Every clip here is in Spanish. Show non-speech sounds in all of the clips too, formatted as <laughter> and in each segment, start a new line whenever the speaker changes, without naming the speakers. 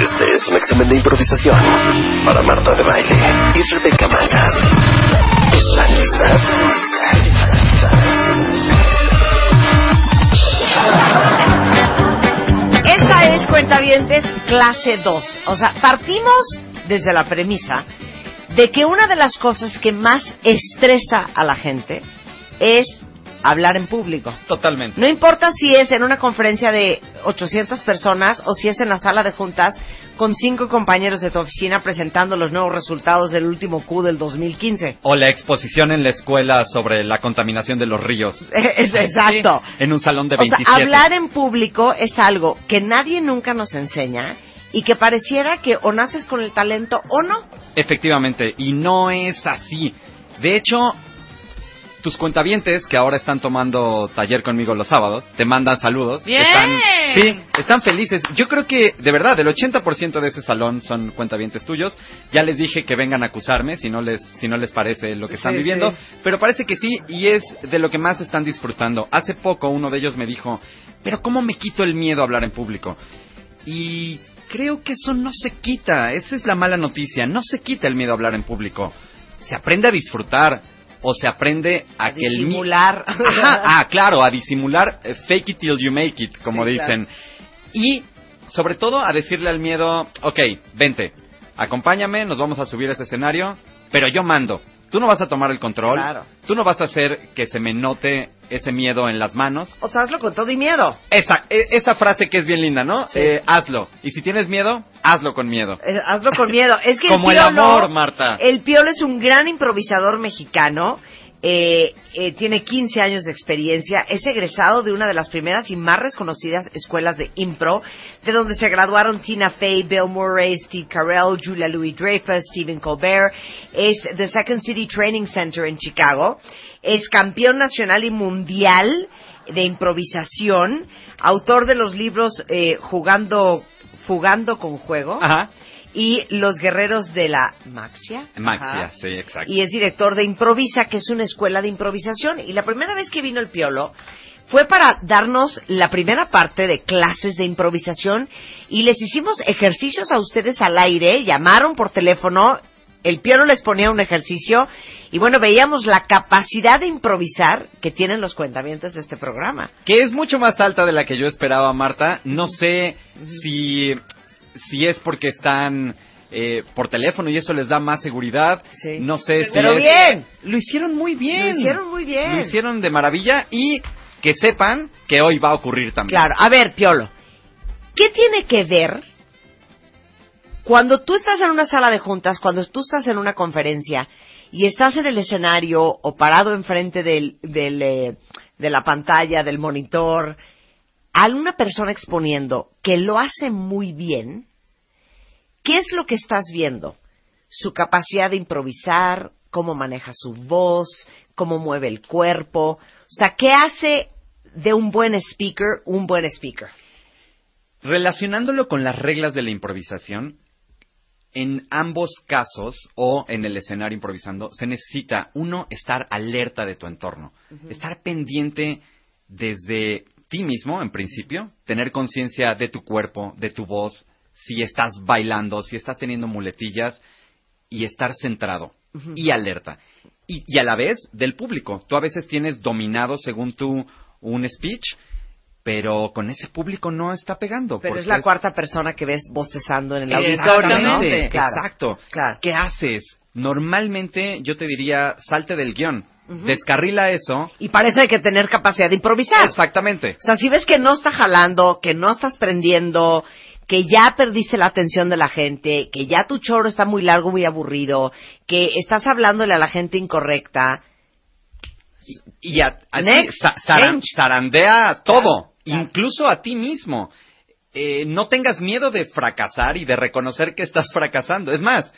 Este es un examen de improvisación para Marta de Baile y Rebeca Mangas. ¿Están listas?
Esta es Cuentavientes clase 2. O sea, partimos desde la premisa de que una de las cosas que más estresa a la gente es hablar en público.
Totalmente.
No importa si es en una conferencia de 800 personas o si es en la sala de juntas con cinco compañeros de tu oficina presentando los nuevos resultados del último Q del 2015.
O la exposición en la escuela sobre la contaminación de los ríos.
<laughs> Es- Exacto.
En un salón de
O sea,
27.
hablar en público es algo que nadie nunca nos enseña y que pareciera que o naces con el talento o no.
Efectivamente, y no es así. De hecho, tus cuentavientes que ahora están tomando taller conmigo los sábados, te mandan saludos.
¡Bien!
Están, sí, están felices. Yo creo que, de verdad, el 80% de ese salón son cuentavientes tuyos. Ya les dije que vengan a acusarme si no les, si no les parece lo que están
Sí,
viviendo.
sí.
Pero parece que sí, y es de lo que más están disfrutando. Hace poco uno de ellos me dijo, pero ¿cómo me quito el miedo a hablar en público? Y creo que eso no se quita. Esa es la mala noticia. No se quita el miedo a hablar en público. Se aprende a disfrutar o se aprende a, que el miedo... <laughs>
Disimular.
ah, claro, a disimular eh, fake it till you make it, como
Sí, claro.
dicen. Y sobre todo a decirle al miedo, ok, vente, acompáñame, nos vamos a subir a ese escenario, pero yo mando. Tú no vas a tomar el control,
Claro.
tú no vas a hacer que se me note ese miedo en las manos,
O sea, hazlo con todo y miedo.
esa, e- esa frase que es bien linda, ¿no? Eh, hazlo. Y si tienes miedo, hazlo con miedo.
Eh, Hazlo con miedo. Es que
Como
el
el
piolo,
amor, Marta.
El Piolo es un gran improvisador mexicano. eh, eh, tiene 15 años de experiencia. Es egresado de una de las primeras y más reconocidas escuelas de impro, de donde se graduaron Tina Fey, Bill Murray, Steve Carell, Julia Louis Dreyfus, Stephen Colbert. Es The Second City Training Center en Chicago. Es campeón nacional y mundial de improvisación. Autor de los libros eh, Jugando, Fugando con Juego
Ajá.
y Los Guerreros de la Maxia.
Maxia,
Ajá.
sí, exacto.
Y es director de Improvisa, que es una escuela de improvisación. Y la primera vez que vino el Piolo fue para darnos la primera parte de clases de improvisación y les hicimos ejercicios a ustedes al aire, llamaron por teléfono, el Piolo les ponía un ejercicio y bueno, veíamos la capacidad de improvisar que tienen los cuentamientos de este programa.
Que es mucho más alta de la que yo esperaba, Marta. No sé si, si es porque están eh, por teléfono y eso les da más seguridad.
Sí.
No sé si
Pero
es-
bien.
Lo hicieron muy bien.
Lo hicieron muy bien.
Lo hicieron de maravilla y que sepan que hoy va a ocurrir también.
Claro, a ver, Piolo, ¿qué tiene que ver cuando tú estás en una sala de juntas, cuando tú estás en una conferencia y estás en el escenario o parado enfrente del, del, eh, de la pantalla, del monitor, a una persona exponiendo que lo hace muy bien? ¿Qué es lo que estás viendo? Su capacidad de improvisar, cómo maneja su voz, cómo mueve el cuerpo. O sea, ¿qué hace de un buen speaker un buen speaker?
Relacionándolo con las reglas de la improvisación, en ambos casos o en el escenario improvisando, se necesita, uno, estar alerta de tu entorno, estar pendiente desde ti mismo, en principio, tener conciencia de tu cuerpo, de tu voz, si estás bailando, si estás teniendo muletillas, y estar centrado y alerta. Y, y a la vez del público. Tú a veces tienes dominado, según tú, un speech, pero con ese público no está pegando.
Pero
porque
es la cuarta persona que ves bostezando en el auditorio, ¿no?
Exactamente,
Claro.
exacto.
Claro.
¿Qué haces? Normalmente yo te diría, salte del guión, descarrila eso.
Y para eso hay que tener capacidad de improvisar.
Exactamente.
O sea, si ves que no está jalando, que no estás prendiendo, que ya perdiste la atención de la gente, que ya tu choro está muy largo, muy aburrido, que estás hablándole a la gente incorrecta,
Y a, a-
Next,
sa- sara-
change.
zarandea todo,
Claro.
incluso a ti mismo. eh, no tengas miedo de fracasar y de reconocer que estás <laughs> fracasando. Es más,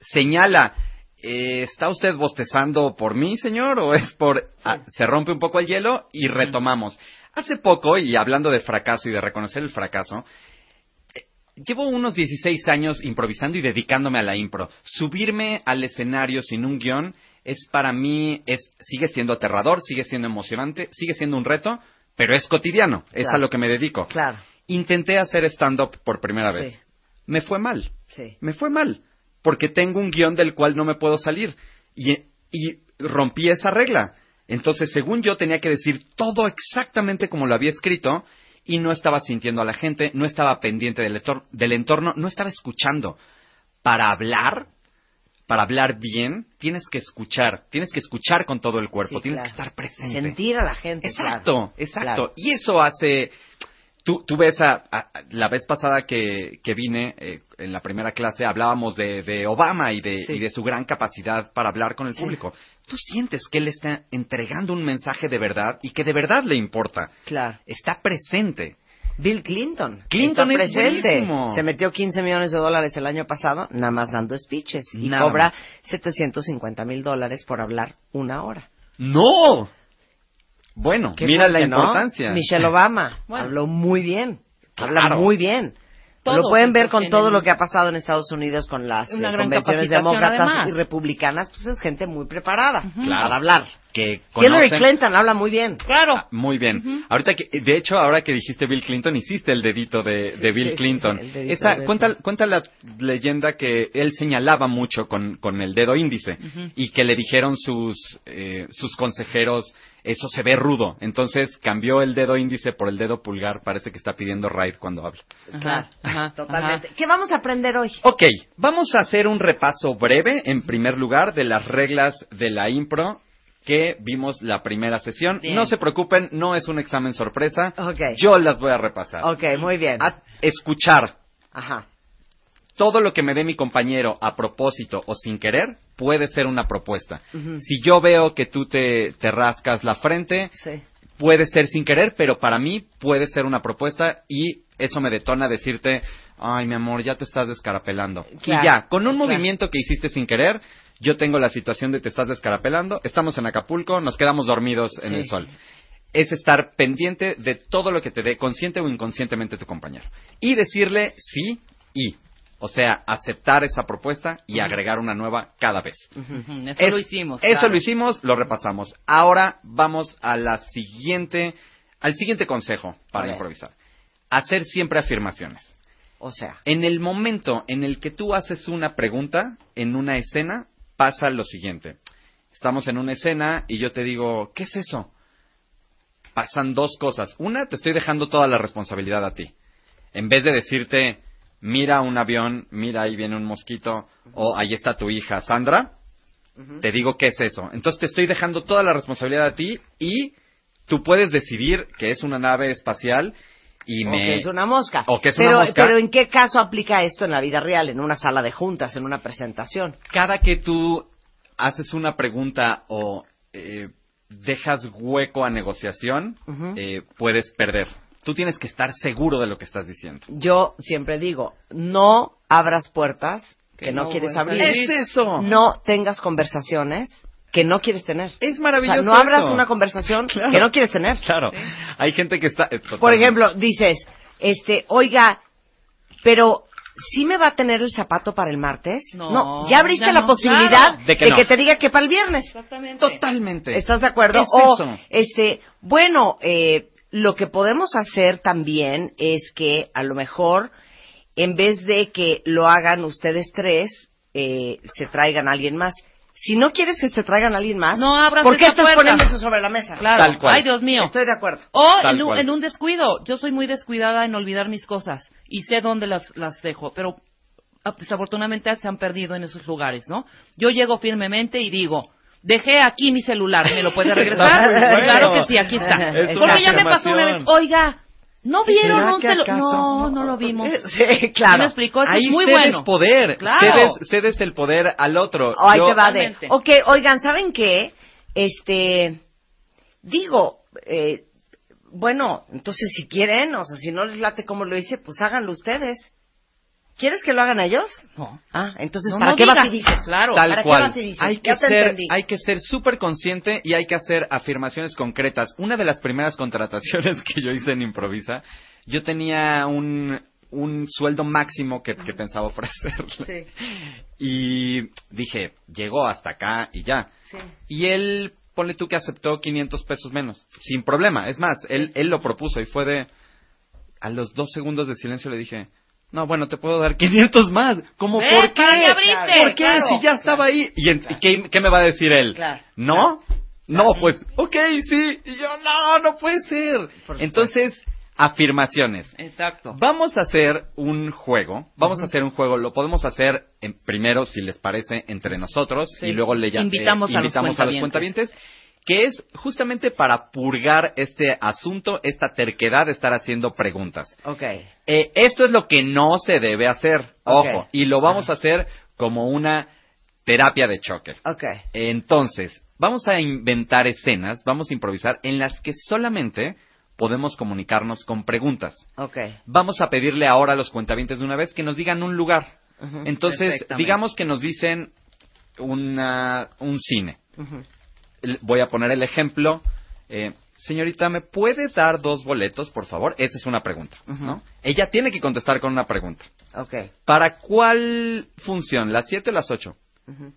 señala, eh, ¿está usted bostezando por mí, señor? ¿O es por... ah, se rompe un poco el hielo y retomamos. Hace poco, y hablando de fracaso y de reconocer el fracaso, eh, Llevo unos 16 años improvisando y dedicándome a la impro. Subirme al escenario sin un guión es para mí, es, sigue siendo aterrador, sigue siendo emocionante, sigue siendo un reto, pero es cotidiano, es
Claro.
a lo que me dedico.
Claro.
Intenté hacer stand-up por primera
Sí.
vez. Me fue mal.
Sí.
Me fue mal. Porque tengo un guión del cual no me puedo salir. Y, y rompí esa regla. Entonces, según yo, tenía que decir todo exactamente como lo había escrito. Y no estaba sintiendo a la gente, no estaba pendiente del, entor- del entorno, no estaba escuchando. Para hablar, para hablar bien, tienes que escuchar. Tienes que escuchar con todo el cuerpo.
Sí,
tienes
claro.
que estar presente.
Sentir a la gente.
Exacto,
claro.
exacto.
Claro.
Y eso hace... Tú, tú ves a, a- a- la vez pasada que, que vine eh, en la primera clase hablábamos de, de Obama y de,
Sí.
y de su gran capacidad para hablar con el público. Tú sientes que él está entregando un mensaje de verdad y que de verdad le importa.
Claro.
Está presente.
Bill Clinton.
Clinton
Está
es
presente.
buenísimo.
Se metió 15 millones de dólares el año pasado, nada más dando speeches. Y
Nada
cobra
más.
750 mil dólares por hablar una hora.
No. Bueno,
Qué
mira la
fuerte, ¿no?
importancia. <laughs>
Michelle Obama
Bueno.
habló muy bien.
Claro.
Habla muy bien.
Todos
lo pueden ver
estos
con
tienen
todo lo que ha pasado en Estados Unidos con las
una
eh,
gran
convenciones
capacitación,
demócratas
además.
y republicanas. Pues es gente muy preparada
Claro.
para hablar.
que
Hillary
conocen-
Clinton habla muy bien.
Claro.
Ah, muy bien. Ahorita que, de hecho, ahora que dijiste Bill Clinton, hiciste el dedito de, de Bill
sí,
Clinton.
el dedito
Esa-
de-
cuenta, cuenta la leyenda que él señalaba mucho con, con el dedo índice y que le dijeron sus, eh, sus consejeros, eso se ve rudo. Entonces cambió el dedo índice por el dedo pulgar. Parece que está pidiendo raid cuando habla.
Ajá, ajá,
<laughs> Totalmente.
ajá.
¿Qué vamos a aprender hoy?
Ok, vamos a hacer un repaso breve, en primer lugar, de las reglas de la impro que vimos la primera sesión.
Bien.
No se preocupen, no es un examen sorpresa.
Ok.
Yo las voy a repasar.
Ok, muy bien.
A escuchar
Ajá.
todo lo que me dé mi compañero a propósito o sin querer puede ser una propuesta.
Ujú.
Si yo veo que tú te, te rascas la frente,
Sí.
puede ser sin querer, pero para mí puede ser una propuesta y eso me detona decirte, ay mi amor, ya te estás descarapelando.
Claro,
y ya, con un
claro.
movimiento que hiciste sin querer, yo tengo la situación de te estás descarapelando, estamos en Acapulco, nos quedamos dormidos en
Sí.
el sol. Es estar pendiente de todo lo que te dé, consciente o inconscientemente tu compañero. Y decirle sí y. O sea, aceptar esa propuesta y agregar una nueva cada vez.
Ujú, Eso
Es-
lo hicimos.
Eso
claro.
lo hicimos, lo repasamos. Ahora vamos a la siguiente, al siguiente consejo
A
para
ver.
improvisar. Hacer siempre afirmaciones.
O sea,
En el momento en el que tú haces una pregunta en una escena, pasa lo siguiente. Estamos en una escena y yo te digo, ¿qué es eso? Pasan dos cosas. Una, te estoy dejando toda la responsabilidad a ti. En vez de decirte, mira un avión, mira ahí viene un mosquito, o ahí está tu hija Sandra, te digo qué es eso. Entonces te estoy dejando toda la responsabilidad a ti y tú puedes decidir que es una nave espacial y
o
me...
que es una mosca.
o que es una
pero,
mosca.
Pero ¿en qué caso aplica esto en la vida real? En una sala de juntas, en una presentación.
cada que tú haces una pregunta o eh, dejas hueco a negociación,
Ujú.
eh, puedes perder. Tú tienes que estar seguro de lo que estás diciendo.
Yo siempre digo, no abras puertas que,
Que
no,
no
quieres
vuelvas a
abrir.
abrir.
¡Es eso!
No tengas conversaciones que no quieres tener.
Es
O sea,
maravilloso.
no abras
eso.
una conversación
Claro.
que no quieres tener.
Claro. Hay gente que está. eh,
Por
totalmente.
ejemplo, dices, este, oiga, pero ¿sí me va a tener el zapato para el martes?
No,
ya abriste
ya
la
no,
posibilidad
claro.
De que no.
te diga que para el viernes.
Exactamente.
Totalmente.
¿Estás de acuerdo?
Es
o,
eso.
este, bueno, eh, lo que podemos hacer también es que a lo mejor, en vez de que lo hagan ustedes tres, eh, se traigan a alguien más. Si no quieres que se traigan a alguien más,
No abras
¿por qué
esa
estás
puerta?
poniendo eso sobre la mesa?
Claro.
Tal cual. Este
Ay, Dios mío.
Estoy de acuerdo.
O
Tal
en un,
cual.
en un descuido. Yo soy muy descuidada en olvidar mis cosas y sé dónde las, las dejo, pero ah, desafortunadamente se han perdido en esos lugares, ¿no? Yo llego firmemente y digo, dejé aquí mi celular, ¿me
<laughs>
lo puede regresar?
Bueno.
claro que sí, aquí está.
Es
Porque
una
ya me pasó una vez,
afirmación.
oiga, ¿no vieron
¿Será
un
que
celular?
acaso?
No, no lo vimos.
<laughs> Sí, claro.
¿Me explicó? Eso
Ahí
es muy
cedes
bueno.
poder.
Claro.
Cedes, cedes el poder al otro.
Oh, ahí
Yo-
te va de.
Totalmente.
Ok, oigan, ¿saben qué? Este. Digo, eh, Bueno, entonces si quieren, o sea, si no les late como lo hice, pues háganlo ustedes. ¿Quieres que lo hagan ellos?
No.
Ah, entonces,
No,
¿para
no
qué
digas.
vas y dices?
Claro.
Tal
¿para qué
cual.
vas y dices?
Hay que,
Ya te
ser,
entendí.
hay que ser súper consciente y hay que hacer afirmaciones concretas. Una de las primeras contrataciones <laughs> que yo hice en Improvisa, yo tenía un, un sueldo máximo que, que pensaba ofrecerle. Y dije, llegó hasta acá y ya.
Sí.
Y él, ponle tú que aceptó 500 pesos menos, sin problema. Es más, él, él lo propuso y fue de... A los dos segundos de silencio le dije, no, bueno, te puedo dar 500 más. ¿Cómo
¿Ves?
por qué?
¿Para qué abriste?
¿Por qué?
Claro.
Si ya estaba ahí. ¿Y, en- y qué, qué me va a decir él?
Claro.
¿No? No, pues, ok, sí. Y yo, no, no puede ser.
Por
Entonces, afirmaciones.
Exacto.
Vamos a hacer un juego. Vamos a hacer un juego. Lo podemos hacer en- primero, si les parece, entre nosotros
Sí.
y luego le ya- eh,
Invitamos a los
invitamos a los
cuentavientes.
cuentavientes. Que es justamente para purgar este asunto, esta terquedad de estar haciendo preguntas.
Ok.
Eh, esto es lo que no se debe hacer.
Ok.
Ojo. Y lo vamos a hacer como una terapia de choque.
Ok.
Entonces, vamos a inventar escenas, vamos a improvisar en las que solamente podemos comunicarnos con preguntas
Ok.
vamos a pedirle ahora a los cuentavientes de una vez que nos digan un lugar.
Ujú.
Entonces,
Perfectamente.
digamos que nos dicen una, un cine.
Ujú.
El- Voy a poner el ejemplo. eh, señorita, ¿me puede dar dos boletos, por favor? Esa es una pregunta.
Ujú.
¿no? Ella tiene que contestar con una pregunta.
Ok.
¿Para cuál función? ¿Las 7 o las 8?
Ujú.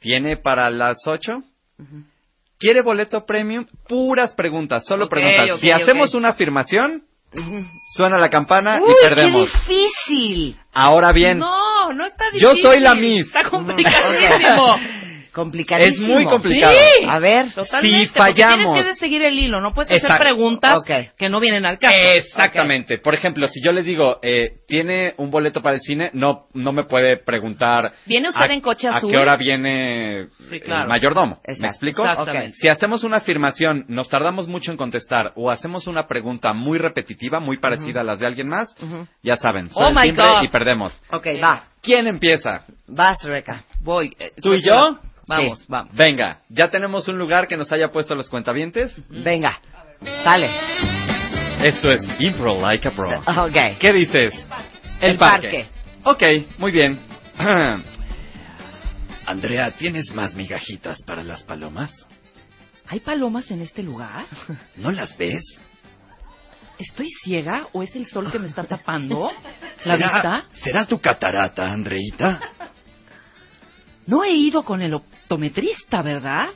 ¿Tiene para las 8?
Ujú.
¿Quiere boleto premium? Puras preguntas, solo
Ok,
preguntas.
ok,
si
ok.
hacemos una afirmación,
Ujú.
suena la campana
Uy,
y perdemos.
qué difícil.
Ahora bien,
No, no está
Yo
difícil.
soy la Miss. Mm.
Está
<laughs>
complicadísimo.
<laughs>
es
Complicadísimo.
muy complicado.
Sí.
A ver.
Si
Totalmente, porque
fallamos.
Tienes que seguir el hilo, no puedes hacer
Exacto.
preguntas
Ok.
que no vienen al caso.
Exactamente. Por ejemplo, si yo les digo, eh, ¿tiene un boleto para el cine? No, no me puede preguntar.
¿Viene usted
a-
en coche
¿A
azul?
qué hora viene
Sí, claro.
el mayordomo?
Exacto.
¿Me explico?
Exactamente.
Ok. Si hacemos una afirmación, nos tardamos mucho en contestar o hacemos una pregunta muy repetitiva, muy parecida a las de alguien más,
Ujú.
ya saben,
Oh
suena el
my
timbre
God.
y perdemos.
Ok, va.
¿Quién empieza?
Vas, Rebeca.
Voy. eh,
¿Tú y yo?
Vamos,
Sí.
vamos.
Venga, ¿ya tenemos un lugar que nos haya puesto los cuentavientes?
Venga. Dale.
Esto es Impro Like a Pro.
Ok.
¿Qué dices?
El
Ok, muy bien. <clears throat> Andrea, ¿tienes más migajitas para las palomas?
¿Hay palomas en este lugar?
¿No las ves?
¿Estoy ciega o es el sol que me está <laughs> tapando la
¿Será-
vista?
¿Será tu catarata, Andreita?
No he ido con el optometrista, ¿verdad?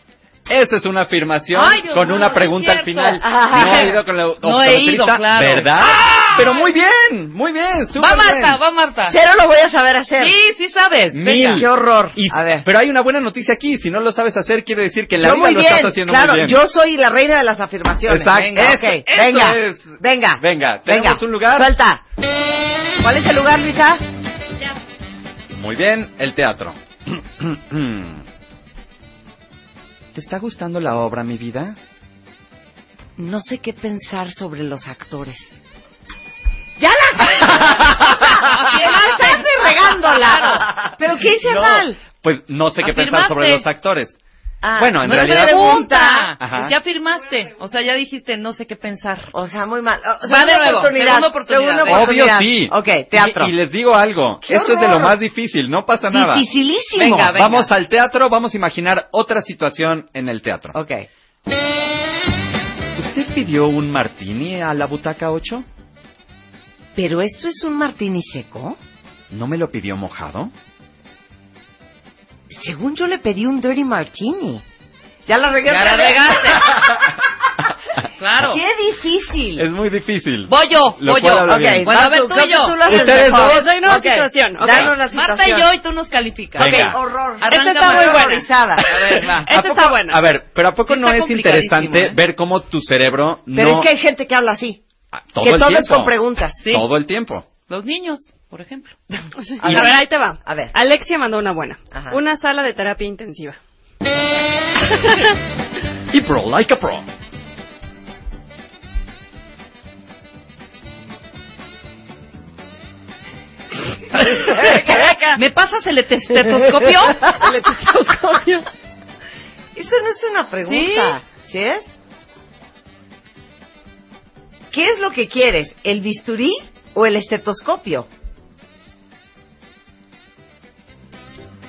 Esa es una afirmación
Ay, Dios
con
mío,
una
sí
pregunta
es
al final.
cierto. Ah.
No he ido con la
<laughs> No he ido,
optometrista,
claro.
¿Verdad?
¡Ah!
Pero muy bien, muy bien, súper
va
bien.
Marta, va Marta.
Cero lo voy a saber hacer.
Sí, sí sabes.
Mil.
Qué horror.
Y-
A ver.
Pero hay una buena noticia aquí. Si no lo sabes hacer, quiere decir que en la
yo
vida
muy
lo
bien,
estás haciendo
claro,
muy bien.
yo soy la reina de las afirmaciones.
Exacto.
Venga,
Eso,
ok,
eso
venga,
es.
venga,
Venga, ¿tenemos un lugar?
Suelta. ¿Cuál es el lugar, Luisa?
Muy bien, el teatro. <clears throat> ¿Te está gustando la obra, mi vida?
No sé qué pensar sobre los actores.
¡Ya
<laughs> ¡Que la estás regándola! ¿Pero qué hice
No,
mal?
Pues no sé qué pensar
Afirmaste.
sobre los actores.
Ah,
bueno, en
No es
realidad...
pregunta.
Ajá.
Ya firmaste. O sea, ya dijiste, no sé qué pensar.
O sea, muy mal. O sea,
Va de
una
nuevo,
oportunidad,
segunda oportunidad,
segunda
venga.
Obvio,
oportunidad.
sí.
Ok, teatro.
Y, y les digo algo.
¡Qué
Esto es de lo
horror!
más difícil, no pasa nada.
Dificilísimo.
Venga, venga.
Vamos al teatro, vamos a imaginar otra situación en el teatro.
Ok.
¿Usted pidió un martini a la butaca 8?
¿Pero esto es un martini seco?
¿No me lo pidió mojado?
Según yo le pedí un dirty martini. Ya la regué.
Ya la
otra vez.
<laughs> regaste. claro.
¡Qué difícil!
Es muy difícil.
Voy yo,
Lo
voy
cual
yo.
habla bien.
Bueno, a ver,
Vas
tú y yo.
creo que lo haces
Ustedes
mejor.
dos.
Soy nueva
Ok.
situación. ok.
Danos la
Marta y yo y tú nos calificas.
Venga.
Ok, horror.
Arranca
Esta está muy
Marta.
buena. Horrorizada.
A ver,
Esta
va.
¿A
está
poco-
buena.
A ver, pero ¿a poco
Está
no es
complicadísimo,
interesante
¿eh?
ver cómo tu cerebro
Pero
no...
es que hay gente que habla así.
Ah, todo
que
el
todo es
tiempo.
con preguntas.
Sí.
Todo el tiempo.
Los niños, por ejemplo.
A ver, ahí te va.
A ver.
Alexia mandó una buena.
Ajá.
Una sala de terapia intensiva.
Y pro, like a pro.
¿Me pasas el estetoscopio?
Eso no es una pregunta. ¿Sí? es? ¿Qué es lo que quieres? ¿El bisturí o el estetoscopio?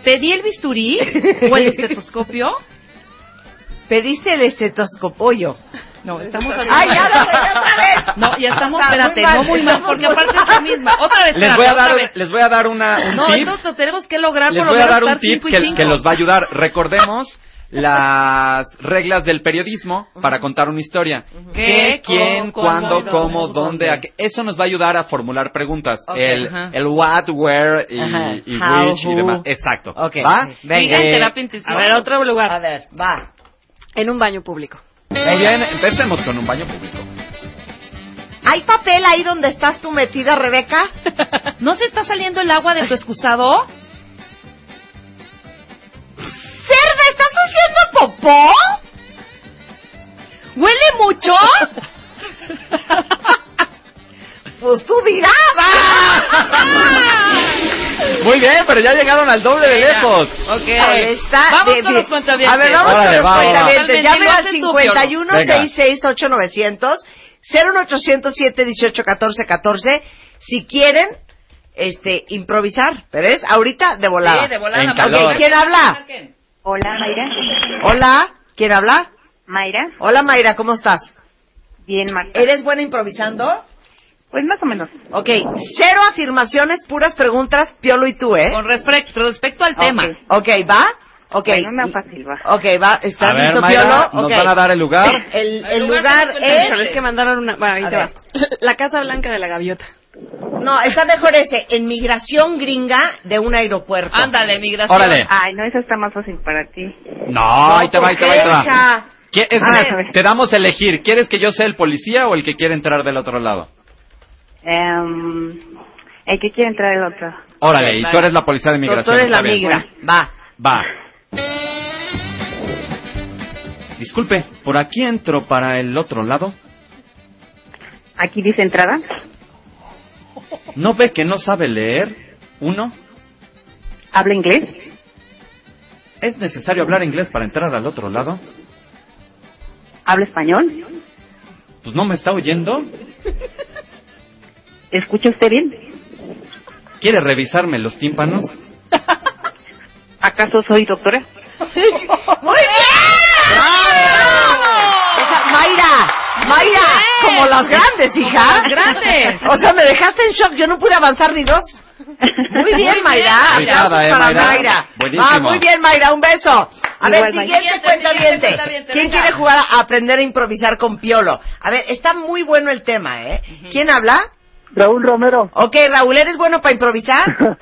¿Pedí el bisturí o el estetoscopio?
Pediste
<laughs>
el estetoscopollo.
No, estamos
¡Ay, ya lo sé, otra vez!
No, ya estamos,
Está muy
espérate,
mal,
no muy mal,
estamos
porque
muy
aparte
mal.
es la misma. Otra vez,
Les
espérate,
voy a
otra
dar,
vez.
les voy a dar una, un
No,
tip.
entonces lo tenemos que lograr
Les
por lo
voy a
menos
dar un
estar
tip
cinco y
que,
cinco.
que los va a ayudar. Recordemos las reglas del periodismo para contar una historia. ¿Qué,
¿Qué,
quién,
cómo, cómo,
cuándo,
dónde,
cómo, dónde?
dónde?
a qué? Eso nos va a ayudar a formular preguntas.
Ok,
el,
ajá.
el what, where y,
Ajá.
y
How,
which y
who.
demás. Exacto.
Ok,
¿Va?
ok.
Diga en
Eh,
terapia intensiva.
A ver, otro
A
lugar.
ver, va.
En un baño público.
Muy bien, empecemos con un baño público.
¿Hay papel ahí donde estás tú metida, Rebeca?
<laughs>
¿No se está saliendo el agua de tu excusado?
¡Cerda, estás haciendo popó!
¿Huele mucho?
Pues tú dirás.
<laughs>
Muy bien, pero ya llegaron al doble de lejos.
Ok.
Híjole, está
vamos
de-
con
de-
los cuentavientes.
A ver, vamos
Órale,
con los
va, va, va.
cuentavientes. Llamen
No
al
seas estúpido.
51
Venga.
668 01800 718 14 14 si quieren este improvisar, pero es ahorita de volada.
Sí, de volada.
En
marquen,
calor.
marquen,
¿Quién habla?
marquen.
Hola, Mayra.
Hola, ¿quién habla?
Mayra,
Hola Mayra, ¿cómo estás?
bien, Marta.
¿Eres buena improvisando?
Pues más o menos.
Ok, cero afirmaciones, puras preguntas, Piolo y tú, ¿eh? Ah,
Con respecto, respecto al tema.
Ok, ¿va? Ok.
Bueno, una fácil, va.
Ok, va. ¿Está
A ver,
listo,
Mayra,
Piolo?
nos
Ok.
van a dar el lugar.
El,
El
el
lugar
lugar
que
es...
encuentren.
Híjole, es que mandaron una... Bueno, ahí
A
te
ver.
va. La Casa Blanca de la Gaviota.
No, está mejor ese, en migración gringa de un aeropuerto.
Ándale, migración. <laughs>
Órale.
Ay, no, esa está más fácil para ti.
No, ahí te va, ahí te va, ahí te va.
Esa.
¿Qué- es
A
más,
ver, a ver.
te damos a elegir. ¿Quieres que yo sea el policía o el que quiere entrar del otro lado?
Em, el que quiere entrar el otro.
Órale, y
vale.
tú eres la policía de migración.
Doctor es la
está bien.
migra. Va.
Va. Disculpe, ¿por aquí entro para el otro lado?
Aquí dice entrada.
¿No ve que no sabe leer? Uno,
¿Habla inglés?
¿es necesario hablar inglés para entrar al otro lado?
¿Habla español?
Pues no me está oyendo.
¿Escucha usted bien?
¿Quiere revisarme los tímpanos?
¿Acaso soy doctora?
¡Muy bien! Esa- Mayra, Mayra,
bien.
como las grandes, hija.
las grandes.
O sea, me dejaste en shock, yo no pude avanzar ni dos. Muy bien,
bien,
Mayra.
Mayra.
Aplausos
Brava, eh,
para
Mayra.
Mayra.
Buenísimo.
Ah, muy bien, Mayra, un beso. A
Igual,
ver,
Mayra.
siguiente
Siguiente,
cuenta
siguiente
viente.
cuentaviente,
¿Quién
venga.
quiere jugar a aprender a improvisar con Piolo? A ver, está muy bueno el tema, ¿eh? ¿Quién habla?
Raúl Romero.
Ok, Raúl, ¿eres bueno para improvisar?
<laughs> con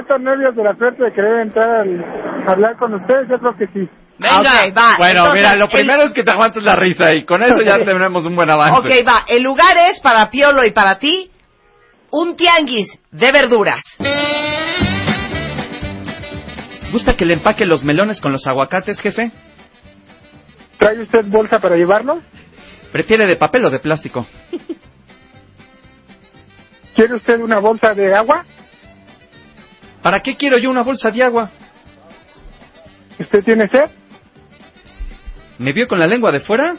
estos nervios de la suerte de querer entrar al a hablar con ustedes, yo creo que sí.
Venga.
Ok, va.
Bueno,
Entonces,
mira, lo
el-
primero es que te aguantes la risa y con eso ya tenemos un buen avance.
Ok, va. El lugar es para Piolo y para ti un tianguis de verduras.
¿Gusta que le empaque los melones con los aguacates, jefe?
¿Trae usted bolsa para llevarlo?
¿Prefiere de papel o de plástico?
¿Quiere usted una bolsa de agua?
¿Para qué quiero yo una bolsa de agua?
¿Usted tiene sed?
¿Me vio con la lengua de fuera?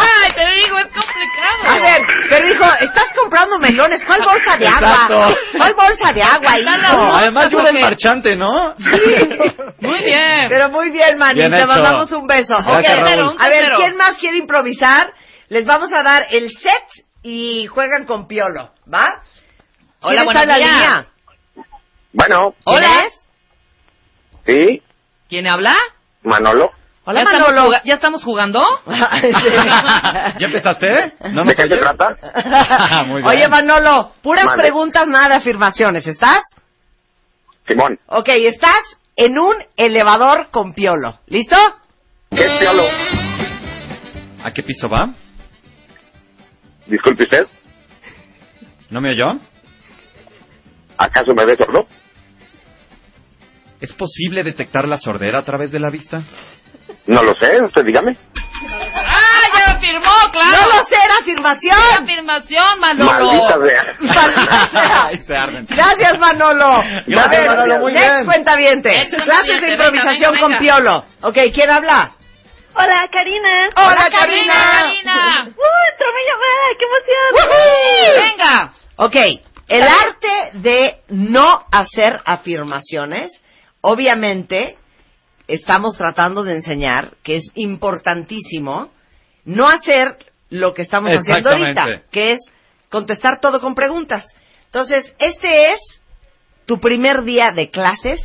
Ay, te digo, es complicado.
A ver, pero hijo, estás comprando melones. ¿Cuál bolsa de agua?
Exacto.
¿Cuál bolsa de agua, hijo?
No,
Además, yo era el
ok.
marchante, ¿no?
Muy bien.
Pero muy bien, Manny.
Bien
te
hecho.
mandamos un beso.
Gracias,
Ok,
Raúl.
Pero, un
A ver,
tercero.
¿quién más quiere improvisar? Les vamos a dar el set y juegan con Piolo, ¿va?
Hola,
¿Quién está en la
buenos días.
línea?
Bueno,
Hola.
sí,
¿Quién habla?
Manolo.
Hola,
¿Ya estamos
Manolo.
juga- ¿Ya
<laughs>
estamos jugando?
<laughs> ¿Ya empezaste? ¿No
¿De
nos
<laughs>
qué se
oyes?
trata?
Muy bien.
Oye, Manolo, puras
Mande.
preguntas, nada de afirmaciones. ¿Estás?
Simón,
Ok, estás en un elevador con Piolo. ¿Listo?
¿qué es piolo?
¿A qué piso va?
Disculpe usted,
¿No me oyó?
¿acaso me ve sordo?
¿Es posible detectar la sordera a través de la vista?
No lo sé, usted dígame.
¡Ah, ya lo firmó, claro!
No lo sé, era afirmación.
afirmación, Manolo.
Maldita sea.
Maldita <laughs> sea.
Y se arden.
Gracias, Manolo.
Gracias,
A ver,
Manolo, muy
next
bien.
cuentaviente.
Next
Clases de
cuentaviente,
improvisación
venga,
con
venga,
Piolo. Ok, ¿quién habla?
Hola, Karina.
Hola,
Karina.
Karina. <laughs>
Karina.
¡Uh, entró mi llamada! ¡Qué emoción!
Venga.
Ok, el arte de no hacer afirmaciones, obviamente estamos tratando de enseñar que es importantísimo no hacer lo que estamos haciendo ahorita,
Exactamente.
que es contestar todo con preguntas. Entonces, este es tu primer día de clases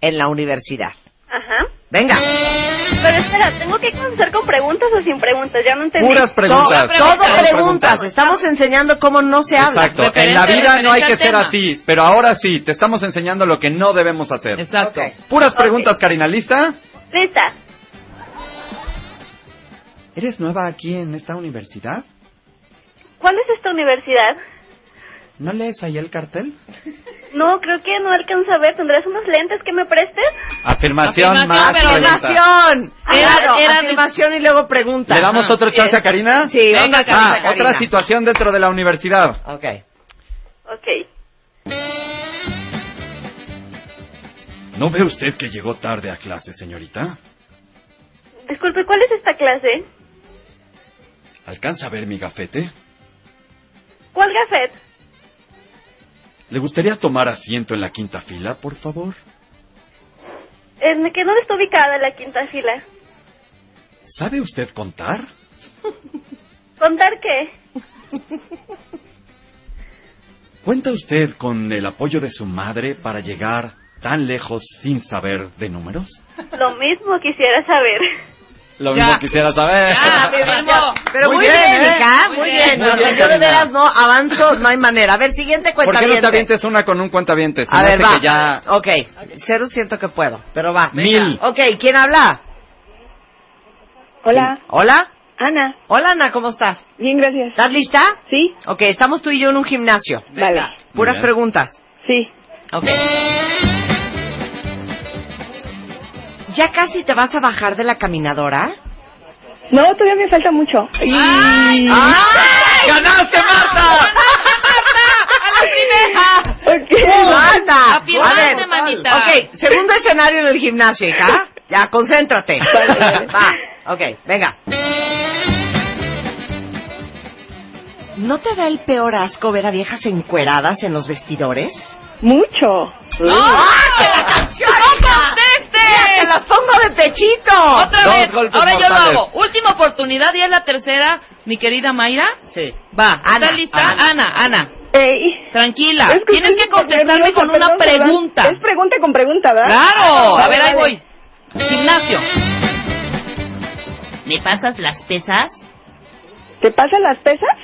en la universidad.
Ajá.
Venga,
Pero espera, ¿tengo que comenzar con preguntas o sin preguntas? Ya no entendí.
Puras preguntas.
todo, todo
Puras
preguntas. Estamos enseñando cómo no se habla.
Exacto. En la
Referente-
vida no hay que
referente
ser
al tema.
así, pero ahora sí, te estamos enseñando lo que no debemos hacer.
Exacto.
Ok.
Puras preguntas, Karina, ¿lista?
Lista.
¿Eres nueva aquí en esta universidad?
¿Cuál es esta universidad?
¿No lees ahí el cartel?
No, creo que no alcanzo a ver. ¿Tendrás unos lentes que me prestes?
Afirmación,
Afirmación,
más
pero
pregunta.
Afirmación.
Era-
Claro,
era-
afirmación y luego pregunta. Ah,
¿Le damos
Ajá.
otro chance a Karina?
Sí, otra
Venga,
Ah,
cosa, Karina.
otra situación dentro de la universidad.
Ok.
Ok.
¿No ve usted que llegó tarde a clase, señorita?
Disculpe, ¿cuál es esta clase?
¿Alcanza a ver mi gafete?
¿Cuál gafet?
¿Le gustaría tomar asiento en la quinta fila, por favor?
¿En qué dónde está ubicada la quinta fila?
¿Sabe usted contar?
¿Contar qué?
¿Cuenta usted con el apoyo de su madre para llegar tan lejos sin saber de números?
Lo mismo quisiera saber.
Lo
Ya.
mismo quisiera saber.
<laughs>
Ya, firmo.
Pero muy,
Muy
bien,
bien, ¿eh?
hija,
Muy
muy
bien.
bien.
Muy
O sea,
bien,
yo de
Karina.
veras no avanzo, no hay manera. A ver, siguiente
¿Por
cuenta
qué no te avientes una con un cuentavientes? Se
A
me
ver,
hace
va.
que ya...
Ok, cero siento que puedo, pero va.
Mil.
Ok, ¿quién habla?
<laughs> Hola,
¿Hola?
Ana.
Hola, Ana, ¿cómo estás?
Bien, gracias.
¿Estás lista?
¿Sí?
Ok, estamos tú y yo en un gimnasio.
Vale.
Puras
bien.
preguntas.
Sí.
Ok. ¿Ya casi te vas a bajar de la caminadora?
No, todavía me falta mucho.
Ay,
¡Ay!
¡Ganaste, Marta!
a la primera.
¡Ana!
Afirmante,
A ver,
manita.
Ok, segundo escenario en el gimnasio, hija. Ya, concéntrate.
<laughs>
Va, ok, venga. ¿No te da el peor asco ver a viejas encueradas en los vestidores?
Mucho.
¡No!
¡Ah, la canción,
¡No
hija! ¡Mira,
contestes!
¡Te las pongo de pechito!
Otra
Dos
vez,
golpes
ahora yo lo
mortales.
hago. Última oportunidad y es la tercera, mi querida Mayra.
Sí. Va, Ana.
¿Estás lista? Ana, Ana,
Ey.
tranquila.
Es que
Ah, Tienes
estoy
que contestarme
nerviosa,
con una
perdón, perdón.
pregunta.
Es pregunta con pregunta, ¿verdad? Ah,
Claro, a
Vale,
ver, ahí
vale.
voy. Gimnasio. ¿Me pasas las pesas?
¿Te pasan las pesas?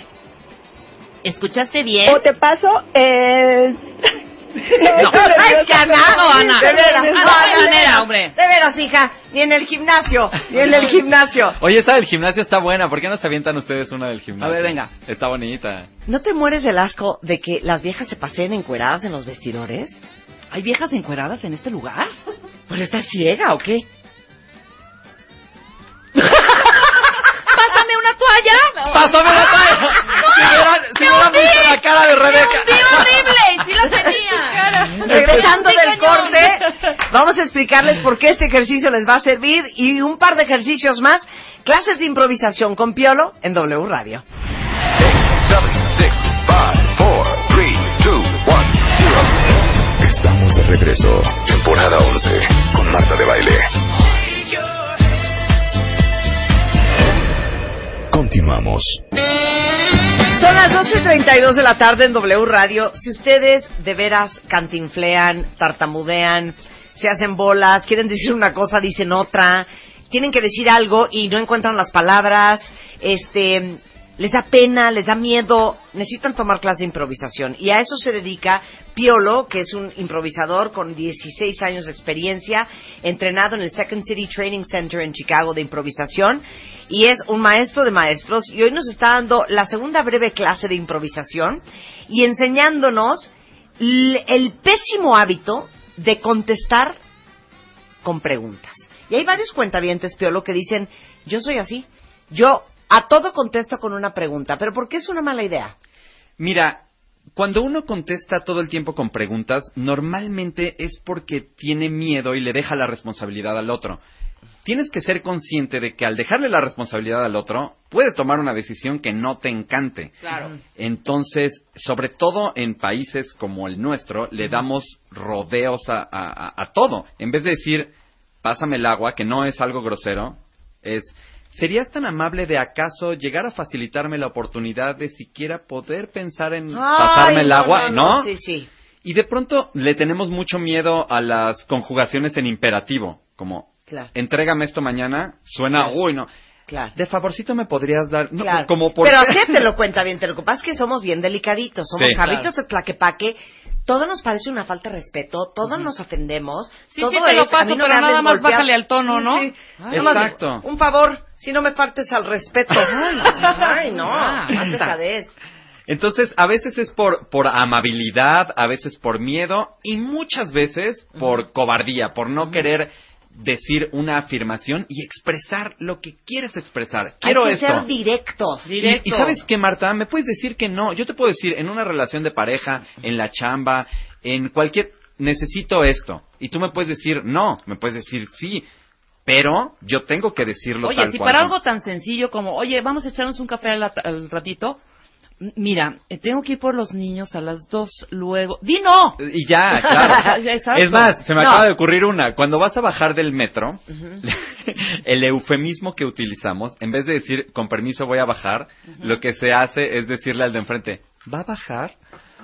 ¿Escuchaste bien?
¿Eh?
¿O te paso el...? <laughs>
No.
¡Ay, que Ana!
No, Ana.
De veras, Ah,
Ana, no hay manera, hombre.
De veras, hija. Ni en el gimnasio. Ni en
<laughs>
el gimnasio.
Oye, esta del gimnasio está buena. ¿Por qué no se avientan ustedes una del gimnasio?
A ver, venga.
Está bonita.
¿No te mueres del asco de que las viejas se paseen encueradas en los vestidores?
¿Hay viejas encueradas en este lugar?
¿Pero estás ciega o qué?
¡Pásame una toalla!
¡Pásame la
<laughs>
toalla! Si hubieran- si hubieran visto la cara de Rebeca.
¡Sí, horrible! ¡Sí la tenía!
Regresando
Sí,
del
cañón.
corte, vamos a explicarles por qué este ejercicio les va a servir y un par de ejercicios más. Clases de improvisación con Piolo en W Radio.
Estamos de regreso.
Temporada 11 con Marta de Baile.
Continuamos.
Son las 12.32 de la tarde en W Radio. Si ustedes de veras cantinflean, tartamudean, se hacen bolas, quieren decir una cosa, dicen otra, tienen que decir algo y no encuentran las palabras, este, les da pena, les da miedo, necesitan tomar clase de improvisación. Y a eso se dedica Piolo, que es un improvisador con 16 años de experiencia, entrenado en el Second City Training Center en Chicago de improvisación y es un maestro de maestros y hoy nos está dando la segunda breve clase de improvisación y enseñándonos l- el pésimo hábito de contestar con preguntas. Y hay varios cuentavientes, Piolo, que dicen, yo soy así, yo A todo contesto con una pregunta, pero ¿por qué es una mala idea?
Mira, cuando uno contesta todo el tiempo con preguntas, normalmente es porque tiene miedo y le deja la responsabilidad al otro. Tienes que ser consciente de que al dejarle la responsabilidad al otro, puede tomar una decisión que no te encante.
Claro.
Entonces, sobre todo en países como el nuestro, le damos rodeos a, a- a- a todo. En vez de decir, pásame el agua, que no es algo grosero, es, ¿serías tan amable de acaso llegar a facilitarme la oportunidad de siquiera poder pensar en pasarme
Ay,
el agua? No.
Sí, sí.
Y de pronto le tenemos mucho miedo a las conjugaciones en imperativo, como,
Claro,
entrégame esto mañana, suena, uy, no.
claro.
De favorcito me podrías dar, no,
Claro.
como por
Pero
qué?
acéptelo, cuenta bien. Lo que pasa es que somos bien delicaditos. Somos
Sí.
chavitos de Tlaquepaque. Todo nos parece una falta de respeto. Todos nos ofendemos.
Sí,
todo
sí, te
es,
lo
a mí
paso,
no
pero
me hables
nada más
golpeado.
bájale al tono, ¿no?
Sí,
Ah.
nada más,
Exacto.
Un favor, si no me partes al respeto. Ay, no.
Ah.
más dejadez.
Entonces, a veces es por, por amabilidad, a veces por miedo y muchas veces por cobardía, por no querer decir una afirmación y expresar lo que quieres expresar. Quiero
Hay que
esto.
ser directos.
Y-
Directo.
Y, sabes qué, Marta, me puedes decir que no. Yo te puedo decir en una relación de pareja, en la chamba, en cualquier... Necesito esto. Y tú me puedes decir no, me puedes decir sí, pero yo tengo que decirlo
Oye,
tal
si
cual.
para algo tan sencillo como, oye, vamos a echarnos un café al, al ratito. M- Mira, eh, tengo que ir por los niños a las dos luego. ¡Di no!
Y ya,
<laughs>
claro.
Exacto.
Es más, se me
No.
acaba de ocurrir una. Cuando vas a bajar del metro, <laughs> el eufemismo que utilizamos, en vez de decir, con permiso voy a bajar, lo que se hace es decirle al de enfrente, ¿va a bajar?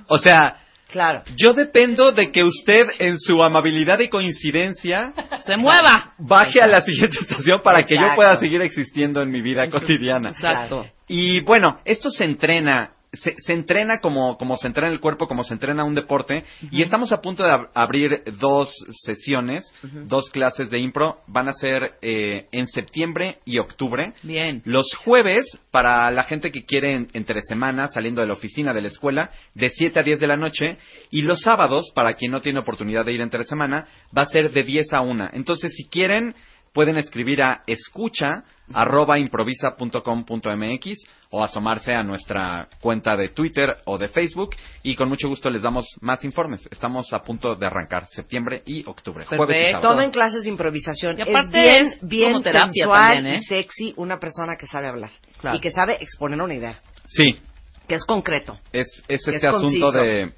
O sea,
Claro.
yo dependo de que usted, en su amabilidad y coincidencia,
¡Se mueva!
baje a la siguiente estación para que yo
Exacto.
pueda seguir existiendo en mi vida cotidiana.
Exacto.
Y bueno, esto se entrena, se, se entrena como, como se entrena el cuerpo, como se entrena un deporte. Y estamos a punto de ab- abrir dos sesiones, dos clases de impro. Van a ser eh, en septiembre y octubre.
Bien.
Los jueves, para la gente que quiere en- entre semanas, saliendo de la oficina, de la escuela, de 7 a 10 de la noche. Y los sábados, para quien no tiene oportunidad de ir entre semana, va a ser de 10 a 1. Entonces, si quieren, pueden escribir a escucha arroba improvisa punto com punto mx o asomarse a nuestra cuenta de Twitter o de Facebook y con mucho gusto les damos más informes. Estamos a punto de arrancar septiembre y octubre. Jueves y
Perfecto.
sábado.
Tomen clases de improvisación.
Y
es
aparte
bien,
es
bien
como terapia
sensual
también, ¿eh?
y sexy una persona que sabe hablar.
Claro.
Y que sabe exponer una idea.
Sí,
Que es concreto.
es, es este
Es
asunto
conciso.
de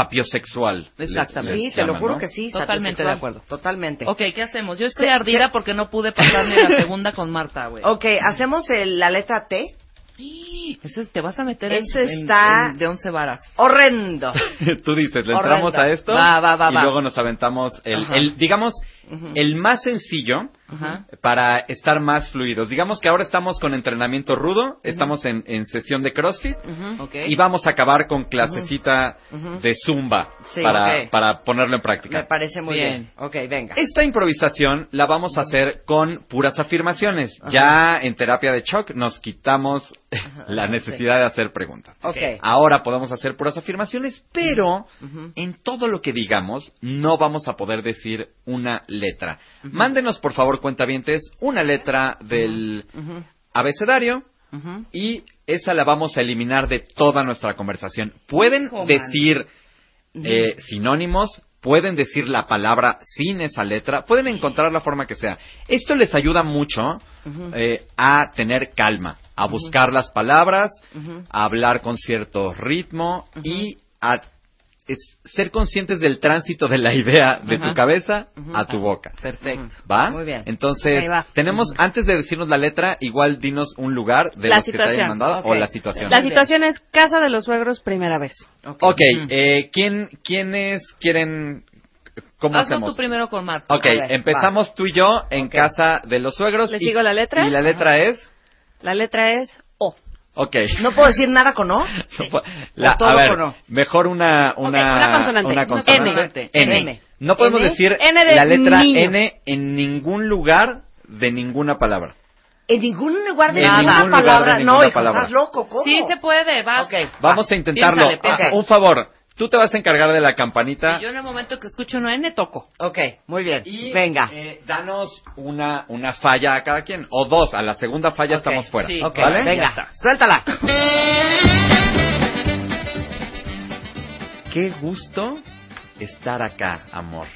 sapiosexual. les-
Exactamente.
les
Sí, te lo
llaman,
juro
¿no?
que sí.
Totalmente
sapiosexual.
de acuerdo.
Totalmente.
Ok, ¿qué hacemos? Yo estoy
Se-
ardida
se-
porque no pude pasarme la segunda con Marta, güey.
Ok, hacemos el- la letra T.
Ese te vas a meter en-
Ese
en,
está-
en- de once varas.
Horrendo.
<laughs> Tú dices, le entramos
Horrenda.
a esto
Va, va, va,
y
va.
luego nos aventamos el,
Ajá.
el- digamos, el más sencillo
Ajá.
para estar más fluidos. Digamos que ahora estamos con entrenamiento rudo, estamos en, en sesión de CrossFit
Ok.
y vamos a acabar con clasecita
Ujú.
de Zumba
Sí,
para,
ok.
para ponerlo en
Me
práctica.
parece muy bien.
Bien.
Ok, venga.
Esta improvisación la vamos a hacer con puras afirmaciones.
Ajá.
Ya en terapia de shock nos quitamos <laughs> la
sí.
necesidad de hacer preguntas.
Ok.
Ahora podemos hacer puras afirmaciones, pero
Ujú.
en todo lo que digamos no vamos a poder decir una letra. Mándenos, por favor, cuentavientes, una letra del
Ujú.
abecedario
Ujú.
y esa la vamos a eliminar de toda nuestra conversación. Pueden
Hijo,
decir eh, sinónimos, pueden decir la palabra sin esa letra, pueden encontrar la forma que sea. Esto les ayuda mucho eh, a tener calma, a buscar las palabras, a hablar con cierto ritmo y a es- ser conscientes del tránsito de la idea de tu cabeza a tu boca.
Perfecto.
¿Va?
Muy bien.
Entonces,
Ahí va.
tenemos, antes de decirnos la letra, igual dinos un lugar de
La
los que te hayan
situación.
mandado
Ok.
o la situación.
La
Muy bien.
situación es casa de los suegros primera vez.
Ok,
Ujú.
eh, ¿quién, ¿quiénes quieren? ¿Cómo
Hazlo
hacemos?
tú primero con Marta.
Ok,
A ver,
empezamos tú y yo en
Ok.
casa de los suegros.
¿Les
y-
digo la letra?
Y la letra es.
La letra es O.
Ok. <laughs>
No puedo decir nada con O.
La-
todo
a ver,
o no.
mejor una, una,
una consonante.
una
Una
consonante.
N.
N.
N.
No podemos
N.
decir
N de
la letra
niño.
N en ningún lugar de ninguna palabra.
En ningún lugar de
En
ninguna
ningún lugar de
palabra.
ninguna
no, hijo,
palabra.
estás loco. ¿Cómo?
Sí, se puede, va.
Ok.
Vamos a intentarlo.
piénsale,
Ah,
piénsale.
un favor, Tú te vas a encargar de la campanita.
Y yo en el momento que escucho una N toco.
Ok, muy bien.
Y,
Venga.
eh, danos una, una falla a cada quien. O dos. A la segunda falla estamos fuera.
sí.
Ok,
¿vale?
Ya
venga,
está.
suéltala.
Qué gusto estar acá, amor.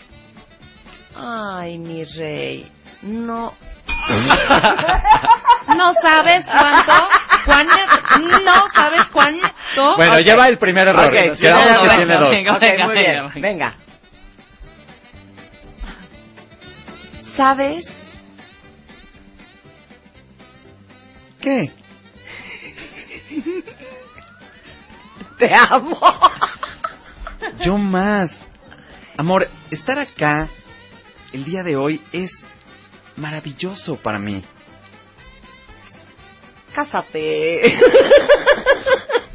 Ay, mi rey. No.
No sabes cuánto, Juan, no sabes cuánto.
Bueno,
Oh, Ok.
lleva el primer error.
Ok, sí,
Quedamos
no,
que
no,
tiene
no,
dos.
venga.
Ok, muy bien, venga. ¿Sabes?
¿Qué?
<laughs> Te amo.
Yo más. Amor, estar acá el día de hoy es maravilloso para mí.
Cásate.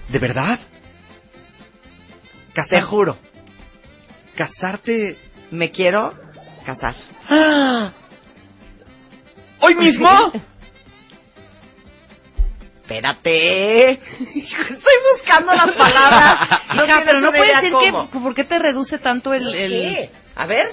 ¿De verdad?
Te
Casar-
juro.
¿Casarte
Me quiero casar.
hoy mismo?
<laughs> Espérate. Estoy buscando las palabras.
<laughs> Hija, pero
tienes
no
una
puede
idea
ser
cómo.
que. ¿Por qué te reduce tanto el.? el-
Sí. A ver,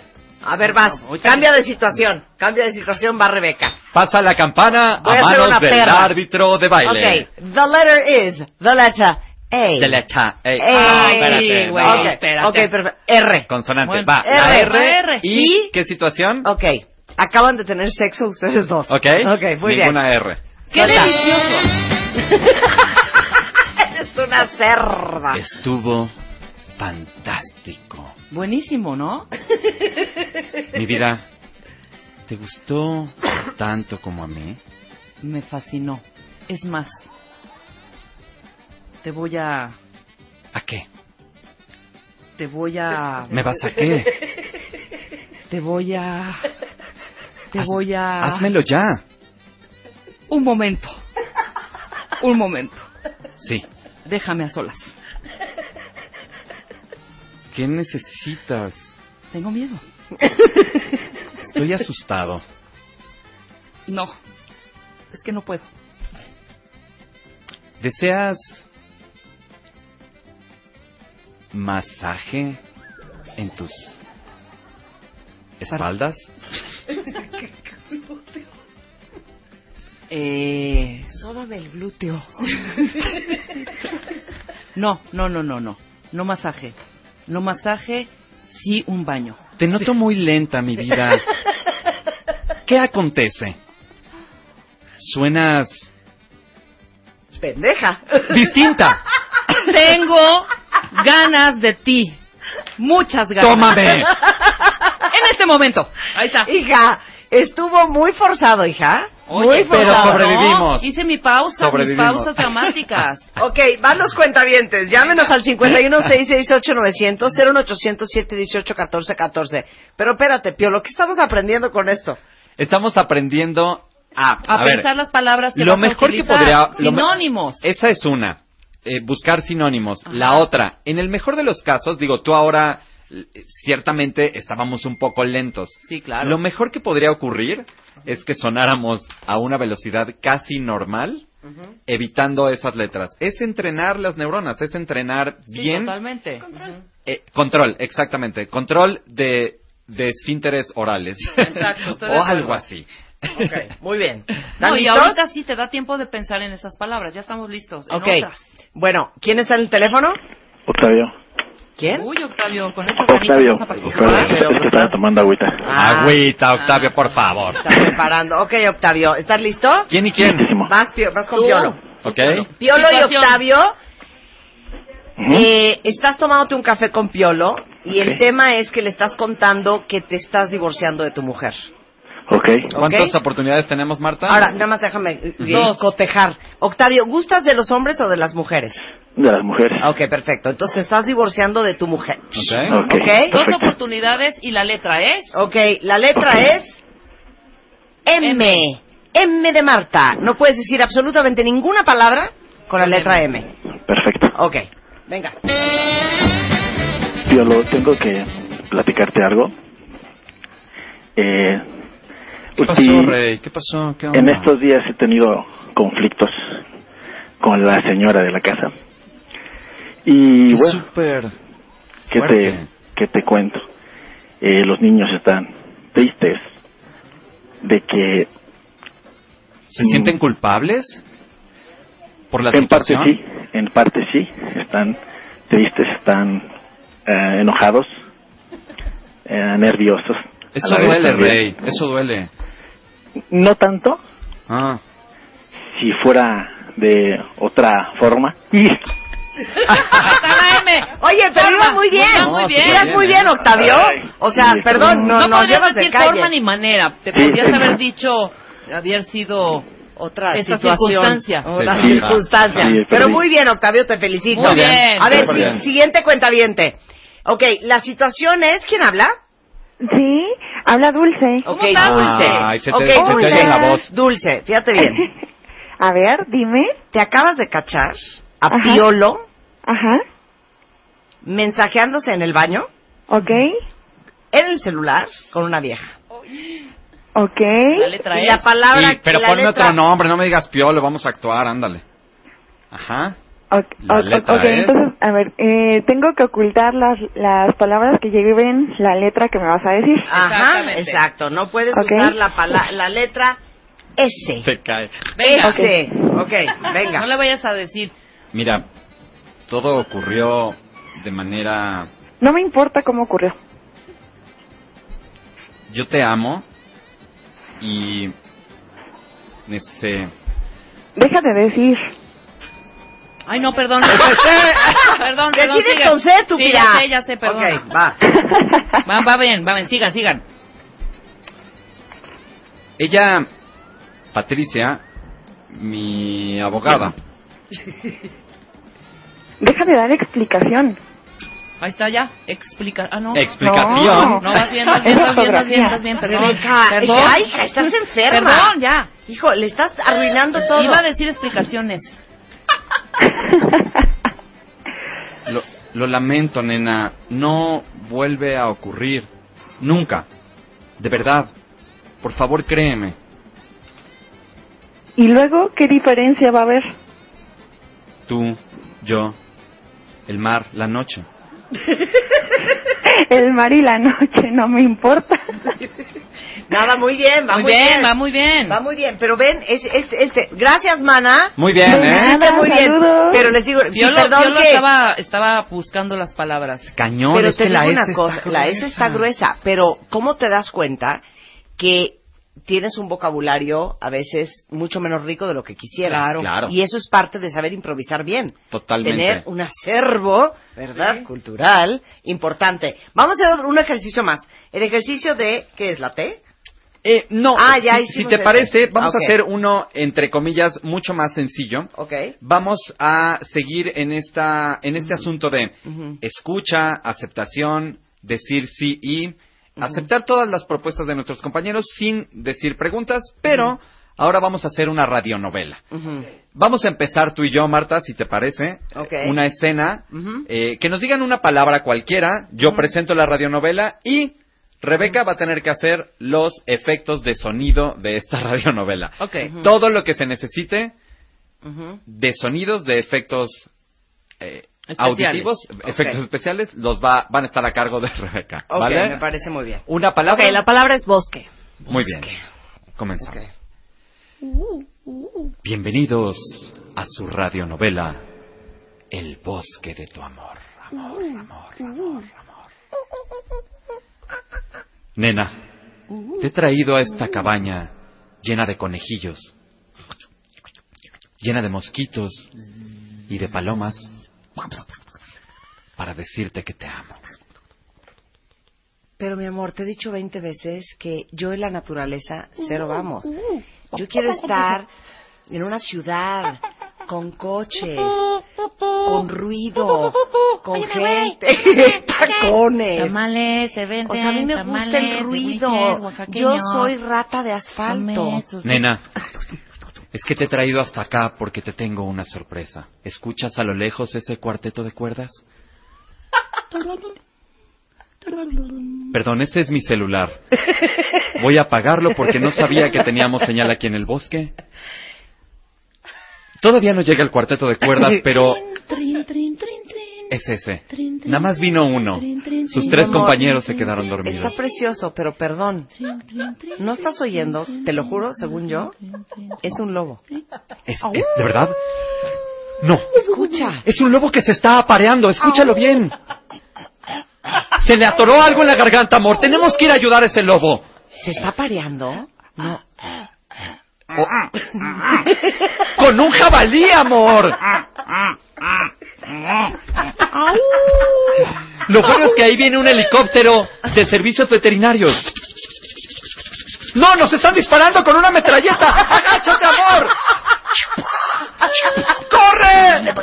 a ver, vas.
No, ahorita-
Cambia de situación. Cambia de situación, va Rebeca.
Pasa la campana
Voy a
a
hacer una
manos del
perra.
árbitro de
Ok.
baile.
The letter is. The letter A.
De la cha. ey.
Ey.
Ah, espérate.
güey.
no.
Ok,
espérate.
ok, perfecto. R.
Consonante.
Bueno.
Va. La
R,
R.
R.
¿Y
¿Y?
qué situación?
Ok. Acaban de tener sexo ustedes dos.
Ok.
Ok, muy
Ninguna R.
¡Qué
Suelta.
delicioso!
bien. Eres una cerda.
Estuvo fantástico.
Buenísimo, ¿no?
Mi vida, ¿te gustó tanto como a mí?
Me fascinó. Es más, te voy a.
¿A qué?
Te voy a.
¿Me vas a qué?
Te
<laughs>
voy a. Te
Haz-
voy
Ah.
a.
Házmelo ya.
Un momento. Un momento.
Sí.
Déjame a solas.
¿Qué necesitas?
Tengo miedo.
Estoy asustado.
No. Es que no puedo.
¿Deseas masaje en tus espaldas?
Eh.
Sóbame el glúteo.
<laughs> No, no, no, no, no. No masaje. No masaje, sí un baño.
Te noto muy lenta, mi vida. ¿Qué acontece? Suenas
Pendeja. <laughs>
distinta.
Tengo ganas de ti. Muchas ganas.
Tómame.
En este momento. Ahí está.
Hija, estuvo muy forzado, hija. muy
Oye,
pero
forzado.
sobre- sobrevivimos.
No, hice mi pausa, mis
Sobrevivimos.
pausas dramáticas.
Ok, van los cuentavientes. Llámenos al 51-668-900-01807-18-14-14. Pero espérate, Pio, lo que estamos aprendiendo con esto.
Estamos aprendiendo a,
<laughs> A,
a ver,
pensar las palabras que
lo
vas a
mejor que
utilizar.
podría lo me-
sinónimos.
esa es una eh, buscar sinónimos
Ajá.
la otra en el mejor de los casos digo tú ahora eh, ciertamente estábamos un poco lentos
Sí, claro.
lo mejor que podría ocurrir es que sonáramos a una velocidad casi normal evitando esas letras es entrenar las neuronas es entrenar
Sí,
bien
totalmente.
eh, control exactamente control de de esfínteres orales
Exacto, estoy
<laughs>
de
o
acuerdo.
algo así
Ok, muy bien. ¿Están
No, y
listos?
ahorita sí te da tiempo de pensar en esas palabras. Ya estamos listos. En
Ok.
otra.
Bueno, ¿quién está en el teléfono?
Octavio.
¿Quién?
Uy, Octavio, con esta manita
Octavio.
vas a
Octavio.
participar.
Es que- es que estaba tomando agüita.
Ah,
<laughs> Agüita, Octavio, por favor.
Está preparando. Ok, Octavio, ¿estás listo?
¿Quién y quién?
Listísimo.
Vas, Pio- vas con
Tú.
Piolo.
¿Ok?
Piolo y
Situación.
Octavio,
Ujú.
eh, estás tomándote un café con Piolo y el
Ok.
tema es que le estás contando que te estás divorciando de tu mujer.
Ok.
¿Cuántas
Ok.
oportunidades tenemos, Marta?
Ahora, nada más déjame eh,
Dos.
cotejar. Octavio, ¿gustas de los hombres o de las mujeres?
De las mujeres.
Ah, Ok, perfecto. Entonces te estás divorciando de tu mujer.
Ok.
Ok.
Ok.
Dos
Perfecto.
oportunidades y la letra ¿eh? <laughs> es.
Ok, la letra es M. M de Marta. No puedes decir absolutamente ninguna palabra con la letra M.
Perfecto.
Ok, venga.
Piolo, tengo que platicarte algo. Eh,
¿Qué
ulti-
pasó, Rey? ¿Qué pasó? ¿Qué onda?
En estos días he tenido conflictos con la señora de la casa. Y
Qué
bueno,
Súper
¿Qué te,
fuerte.
qué te cuento? Eh, los niños están tristes de que
¿Se sienten culpables por la
mm. en parte
situación?
sí, en parte sí, están tristes, están eh, enojados, eh, nerviosos.
Eso
A la vez
duele,
también.
Rey. Eso duele.
No tanto.
Ah.
Si fuera de otra forma. Y
Oye, pero
Forma.
ibas muy bien.
No, muy bien.
Ibas muy bien, Octavio.
Ay,
o sea,
sí,
perdón, no,
no.
No,
nos
podrías
llevas de
decir
calle.
forma ni manera. Te
Sí,
podrías
sí,
haber
no.
dicho, haber sido
Otra
esa
situación.
circunstancia.
Otra
Sí,
circunstancia.
sí,
pero
sí.
muy bien, Octavio, te felicito.
Muy bien.
A ver,
Muy
si-
bien.
siguiente cuentaviente. Ok, la situación es, ¿quién habla?
Sí, habla Dulce.
¿Cómo
Ok.
está, Dulce?
Ay, se te,
Ok,
se te
Dulce.
oye en la voz.
Dulce, fíjate
<laughs>
bien.
A ver, dime.
Te acabas de cachar a
Ajá.
Piolo
Ajá,
mensajeándose en el baño,
ok,
en el celular, con una vieja.
ok.
La letra E.
Y
es.
la palabra...
Sí, pero
la
ponme
letra-
otro nombre, no me digas piolo, vamos a actuar, ándale. Ajá.
Ok,
La
ok,
letra
ok,
es.
entonces, a ver, eh, tengo que ocultar las, las palabras que lleven la letra que me vas a decir.
Ajá,
Exactamente.
exacto. No puedes
Ok.
usar la, pala- la letra S.
Te cae.
Venga.
S. ok,
No
venga.
le vayas a decir.
Mira, todo ocurrió de manera.
No me importa cómo ocurrió.
Yo te amo y. Este.
Deja
<laughs>
de decir.
Ay, no, perdón. <laughs> perdón,
Te
perdón.
tienes
sigan.
con C, estúpida.
Sí, ya sé, ya sé, perdón.
Ok, va.
Va, va bien, va bien, sigan, sigan.
Ella, Patricia, mi abogada.
Deja de dar explicación.
Ahí está ya, explica. Ah, no.
Explicación.
No, vas bien, vas bien,
Esa
vas bien, vas bien,
fotografía.
vas bien, perdón.
Rebeca,
Perdón.
hija, hija, estás enferma.
Perdón, ya.
Hijo, le estás arruinando todo.
Iba a decir explicaciones.
Lo, lo lamento, nena. No vuelve a ocurrir. Nunca. De verdad. Por favor, créeme.
¿Y luego qué diferencia va a haber?
Tú, yo, el mar, la noche.
El mar y la noche, no me importa.
Nada, muy bien, va
muy bien, va muy bien.
Va muy bien, pero ven, es, es este. Gracias, mana.
Muy bien,
De
¿eh?
nada,
muy bien.
saludos.
Pero les digo, sí,
Yo lo,
perdón
yo lo
que-
estaba, estaba buscando las palabras.
Cañón,
pero
es
te
que la
digo una
S
cosa,
está
la S está gruesa, pero ¿cómo te das cuenta que tienes un vocabulario a veces mucho menos rico de lo que quisieras?
Claro. Claro.
Y eso es parte de saber improvisar bien.
Totalmente.
Tener un acervo, ¿verdad? Cultural, importante. Vamos a hacer un ejercicio más. El ejercicio de, ¿qué es la T?
Eh, no,
Ah, ya
si- si,
hicimos
te
ese.
parece, vamos
Ah, ok.
a hacer uno, entre comillas, mucho más sencillo.
Ok.
Vamos a seguir en, esta, en este asunto de
Ujú.
escucha, aceptación, decir sí y aceptar todas las propuestas de nuestros compañeros sin decir preguntas, pero ahora vamos a hacer una radionovela.
Ujú.
Vamos a empezar tú y yo, Marta, si te parece,
Ok.
una escena,
Ujú.
eh, que nos digan una palabra cualquiera, yo presento la radionovela y Rebeca va a tener que hacer los efectos de sonido de esta <laughs> radionovela.
Ok.
Todo lo que se necesite
Ujú.
de sonidos, de efectos eh,
Especiales.
auditivos,
Ok.
efectos especiales, los va, van a estar a cargo de <laughs> Rebeca.
Ok,
¿vale?
me parece muy bien.
Una palabra.
palabra es bosque.
Muy bien. Comenzamos. Bienvenidos a su radionovela El bosque de tu amor. Amor, amor, amor, amor. Nena, te he traído a esta cabaña llena de conejillos, llena de mosquitos y de palomas para decirte que te amo.
Pero mi amor, te he dicho 20 veces que yo en la naturaleza cero vamos. Yo quiero estar en una ciudad con coches, con ruido, con gente, <laughs> tacones.
Tamales, se venden.
O sea, a mí me gusta el ruido. Yo soy rata de asfalto.
Nena, es que te he traído hasta acá porque te tengo una sorpresa. ¿Escuchas a lo lejos ese cuarteto de cuerdas? Perdón, ese es mi celular. Voy a apagarlo porque no sabía que teníamos señal aquí en el bosque. Todavía no llega el cuarteto de cuerdas, pero es ese. Nada más vino uno. Sus tres
Amor,
compañeros se quedaron
Está
dormidos.
precioso, pero perdón. ¿No estás oyendo? Te lo juro, según yo, es un lobo.
Es- es- ¿De verdad? No.
Escucha.
Es un lobo que se está apareando. Escúchalo bien. Se le atoró algo en la garganta, amor. Tenemos que ir a ayudar a ese lobo.
¿Se está pareando? No.
Con un jabalí, amor. Lo bueno es que ahí viene un helicóptero de servicios veterinarios. ¡No! ¡Nos están disparando con una metralleta! ¡Agáchate, amor! ¡Corre!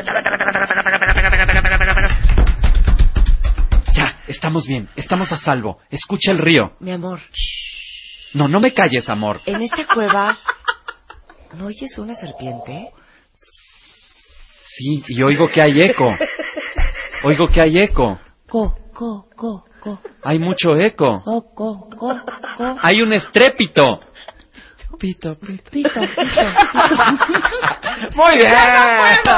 Ya, estamos bien. Estamos a salvo. Escucha el río.
Mi amor,
No, no me calles, amor.
en esta cueva, ¿no oyes una serpiente?
Sí, y oigo que hay eco. Oigo que hay eco.
Co, co, co, co,
Hay mucho eco.
co, co, co, co.
Hay
<laughs>
un estrépito.
Pito, pito.
Pito,
Muy bien.
No, no, no.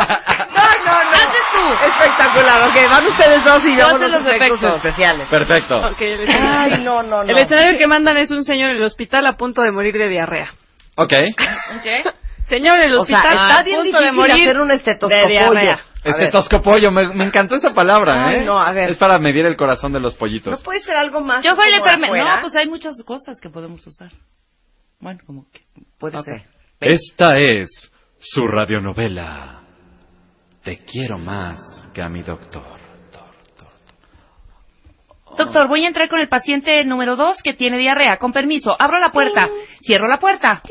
Haces tú. Espectacular. Ok, van ustedes dos y
Tú
vamos
haces
los
los
efectos,
efectos.
especiales.
<laughs> Perfecto.
Ok, el escenario-
Ay, no, no, no.
El escenario que mandan es un señor en el hospital a punto de morir de diarrea.
Ok.
Ok.
Señor en el
O sea,
hospital
está
a
bien
punto de
difícil
morir
hacer un
de
estetoscopollo.
diarrea.
A ver,
Estetoscopollo, Este me, me encantó esa palabra,
Ay,
¿eh?
no, a ver.
Es para medir el corazón de los
¿No
pollitos.
puede ser algo más?
Yo soy la
como
enfermera.
afuera?
No, pues hay muchas cosas que podemos usar. Bueno, como que puede
Ok.
ser.
Esta es su radionovela. Te quiero más que a mi doctor.
Doctor, voy a entrar con el paciente número 2 que tiene diarrea. Con permiso, abro la puerta. Cierro la puerta.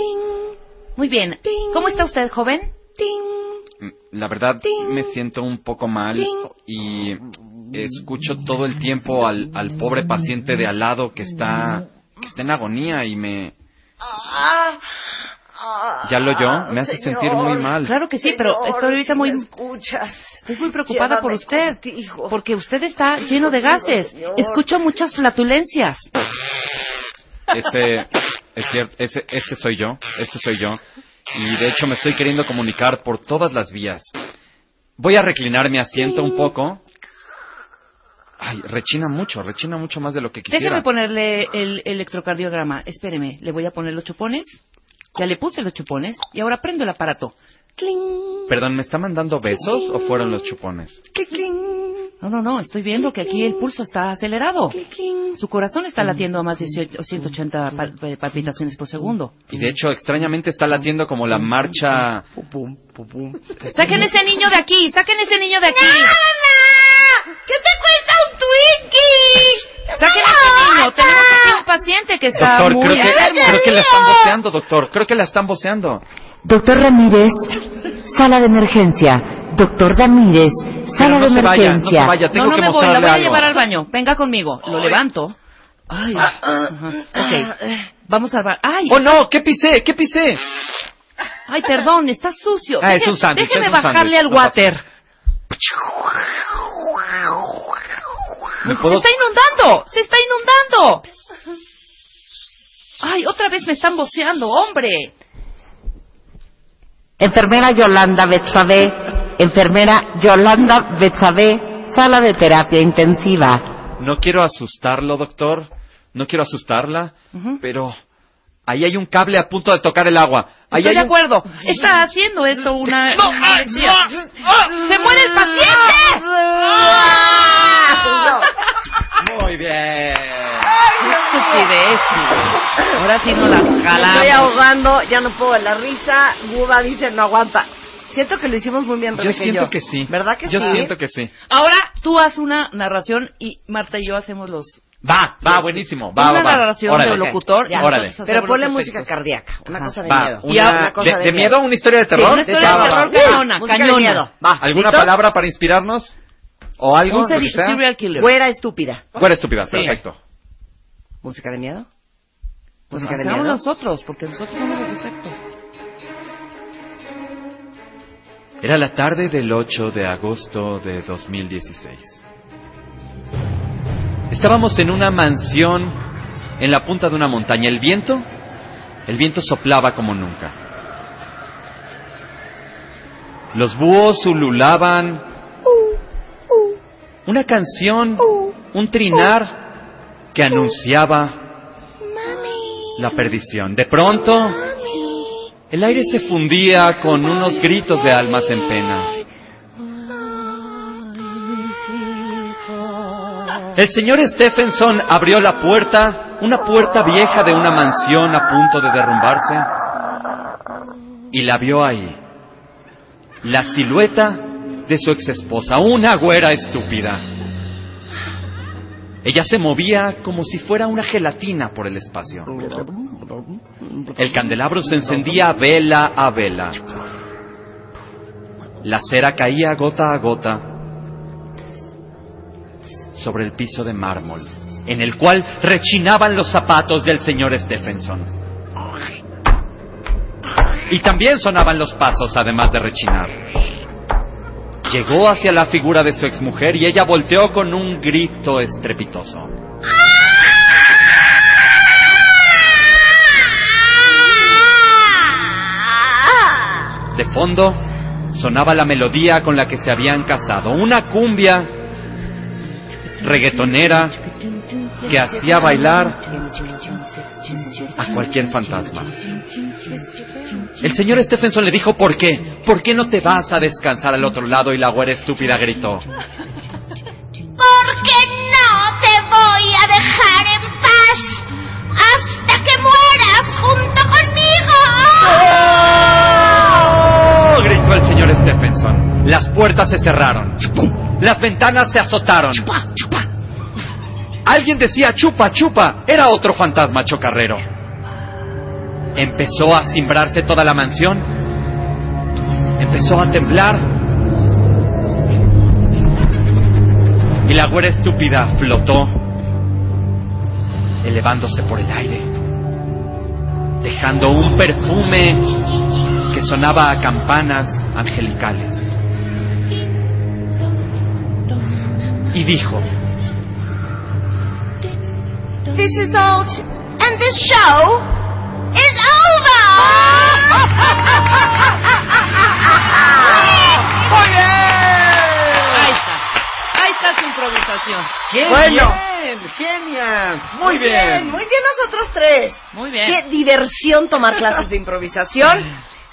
Muy bien. ¿Cómo está usted, joven?
Mm, La verdad, me siento un poco mal y escucho todo el tiempo al, al pobre paciente de al lado que está, que está en agonía y me... ¿Ya lo yo? Me hace sentir muy mal.
Claro que sí, pero estoy ahorita muy,
escuchas.
estoy muy preocupada por usted.
contigo.
Porque usted está lleno de gases.
señor.
Escucho muchas flatulencias.
Ese, es cierto, ese, este soy yo, este soy yo. Y de hecho me estoy queriendo comunicar por todas las vías. Voy a reclinar mi asiento un poco. Ay, rechina mucho, rechina mucho más de lo que quisiera.
Déjeme ponerle el electrocardiograma. Espéreme, le voy a poner los chupones. Ya le puse los chupones y ahora prendo el aparato.
Perdón, ¿me está mandando besos o fueron los chupones?
No, no, no, estoy viendo que aquí el pulso está acelerado. Su corazón está latiendo a más de 18 180 pal- eh, palpitaciones por segundo.
Y de hecho, extrañamente está latiendo como la marcha...
¡Saquen ese niño de aquí! ¡Saquen ese niño de aquí!
¿Qué te cuesta un Twinkie?
¡Saquen ese niño! Tenemos aquí un paciente que está
Doctor,
muy
creo que,
enfermo.
creo que la están boceando, doctor. Creo que la están boceando.
Doctor Ramírez, sala de emergencia. Doctor Ramírez, sala
Pero no
de
se vaya,
emergencia.
no se vaya. Tengo
no, no
que
me voy, la
mostrarle
voy a
algo.
llevar al baño. Venga conmigo. Lo levanto. Ay,
Ah,
ajá.
eh.
ok. Vamos al baño. Ay,
¡Oh, no! ¿Qué pisé? ¿Qué pisé?
ay, perdón, está sucio.
Ah, es
Deje-
un sándwich,
Déjeme
es un
bajarle
sándwich, no
al
pasa
water.
¿Me
¡Se
puedo
está inundando! ¡Se está inundando! ¡Ay, otra vez me están boceando, hombre!
Enfermera Yolanda Betsabe, enfermera Yolanda Betsabe, sala de terapia intensiva.
No quiero asustarlo, doctor. No quiero asustarla. Pero ahí hay un cable a punto de tocar el agua. Ahí
Estoy
hay
de
un- ah,
acuerdo. Está haciendo esto una... ¡Se muere el paciente!
Ah. <laughs>
¡Ah!
Muy bien.
Estupidez. Ahora sí no la
Estoy
jalamos.
ahogando, ya no puedo de la risa. Ah, Buda dice, no aguanta. Siento que lo hicimos muy bien,
Yo
Rebeca y
siento que sí.
¿Verdad que
Yo
sí?
siento que sí.
Ahora tú haz una narración y Marta y yo hacemos los...
Va, va, buenísimo. Va,
una
va, va.
narración
Órale.
de locutor. y
Ya.
nosotros
Órale.
hacemos
Pero
los
ponle
efectos.
música cardíaca, una
Ajá.
cosa de
Va,
miedo.
Y ahora
una...
una cosa
¿De,
de
de miedo a una historia de terror?
una historia de
Va, va, va.
terror cañona,
música de
cañona.
miedo. Va,
¿Alguna
¿listos?
palabra para inspirarnos? ¿O algo?
Un
lo que sea?
serial killer.
Güera estúpida.
Fuera estúpida,
Sí.
perfecto.
¿Música de miedo?
Pues
¿Música de
hagamos
miedo?
nosotros, porque nosotros somos los efectos.
Era la tarde del 8 de agosto de 2016. Estábamos en una mansión en la punta de una montaña. El viento, el viento soplaba como nunca. Los búhos ululaban Una canción, un trinar que anunciaba la perdición. De pronto, el aire se fundía con unos gritos de almas en pena. El señor Stephenson abrió la puerta, una puerta vieja de una mansión a punto de derrumbarse, y la vio ahí. La silueta de su exesposa, una güera estúpida. Ella se movía como si fuera una gelatina por el espacio. El candelabro se encendía vela a vela. La cera caía gota a gota sobre el piso de mármol, en el cual rechinaban los zapatos del señor Stephenson. Y también sonaban los pasos, además de rechinar. Llegó hacia la figura de su exmujer y ella volteó con un grito estrepitoso. De fondo sonaba la melodía con la que se habían casado, una cumbia reggaetonera que hacía bailar a cualquier fantasma. El señor Stephenson le dijo, ¿por qué? ¿Por qué no te vas a descansar al otro lado? Y la güera estúpida gritó.
Porque no te voy a dejar en paz hasta que mueras junto conmigo.
¡Oh! Gritó el señor Stephenson. Las puertas se cerraron. Las ventanas se azotaron. Alguien decía chupa, chupa. Era otro fantasma chocarrero. Empezó a cimbrarse toda la mansión. Empezó a temblar. Y la güera estúpida flotó, elevándose por el aire, dejando un perfume que sonaba a campanas angelicales. Y dijo,
This is all, t- and this show is over.
¡Ah!
Ahí está. Ahí está su improvisación.
bueno.
genial.
Muy bien. Muy bien nosotros tres.
Muy
Qué diversión tomar clases de improvisación.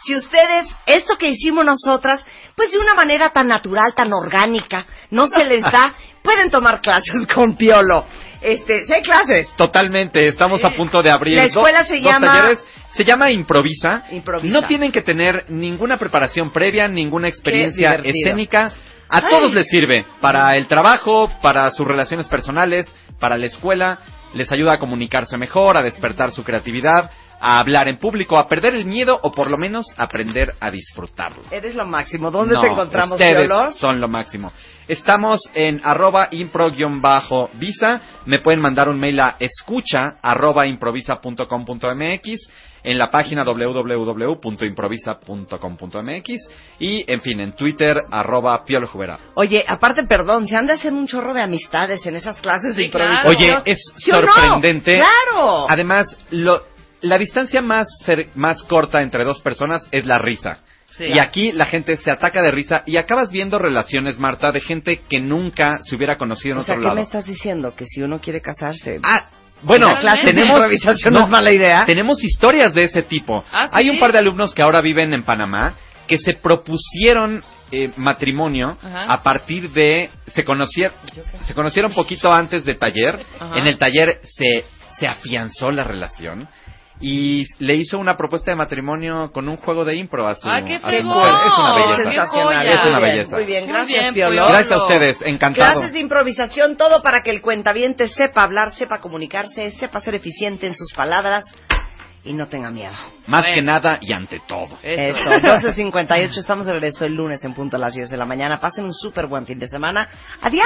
Si ustedes, esto que hicimos nosotras, pues de una manera tan natural, tan orgánica, no se les
<laughs>
da, pueden tomar clases con Piolo. Este, si hay clases.
Totalmente, estamos a punto de abrir
Eh, La escuela
dos,
se
dos
llama-
talleres. Se llama Improvisa.
Improvisa.
No tienen que tener ninguna preparación previa, ninguna experiencia
Qué divertido.
escénica. A
Ay.
todos les sirve para el trabajo, para sus relaciones personales, para la escuela. Les ayuda a comunicarse mejor, a despertar su creatividad, a hablar en público, a perder el miedo o por lo menos aprender a disfrutarlo.
Eres lo máximo. ¿Dónde
No,
te encontramos,
ustedes
Piolo?
son lo máximo. Estamos en arroba impro-visa. Me pueden mandar un mail a escucha arroba improvisa.com.mx en la página www.improvisa.com.mx y, en fin, en Twitter arroba Piolo Jubera.
Oye, aparte, perdón, se han de hacer un chorro de amistades en esas clases de improvisación.
Oye, es
¿Sí o no?
sorprendente.
¡Claro!
Además, lo- la distancia más, cer- más corta entre dos personas es la risa.
Sí.
Y aquí la gente se ataca de risa y acabas viendo relaciones, Marta, de gente que nunca se hubiera conocido en
o sea,
otro
¿qué
lado.
me estás diciendo? Que si uno quiere casarse...
Ah, Bueno,
Una clase de
tenemos <laughs>
improvisación no es mala idea.
Tenemos historias de ese tipo.
Ah, ¿sí?
Hay un par de alumnos que ahora viven en Panamá que se propusieron eh, matrimonio
Ajá.
a partir de se conocieron se conocieron poquito antes de taller.
Ajá.
En el taller se se afianzó la relación. Y le hizo una propuesta de matrimonio con un juego de impro a su,
¡Ah, qué
a su
fregón!
mujer. Es una
¡Qué
belleza.
sensacional!
Es una
Muy bien,
belleza.
Muy bien,
Muy
gracias,
bien,
Piolo.
Piolo.
Gracias a ustedes. Encantado.
Clases de improvisación, todo para que el cuentaviente sepa hablar, sepa comunicarse, sepa ser eficiente en sus palabras y no tenga miedo.
Más que nada y ante todo.
Eso, <laughs> 12.58, estamos de regreso el lunes en punto a las 10 de la mañana. Pasen un súper buen fin de semana. ¡Adiós!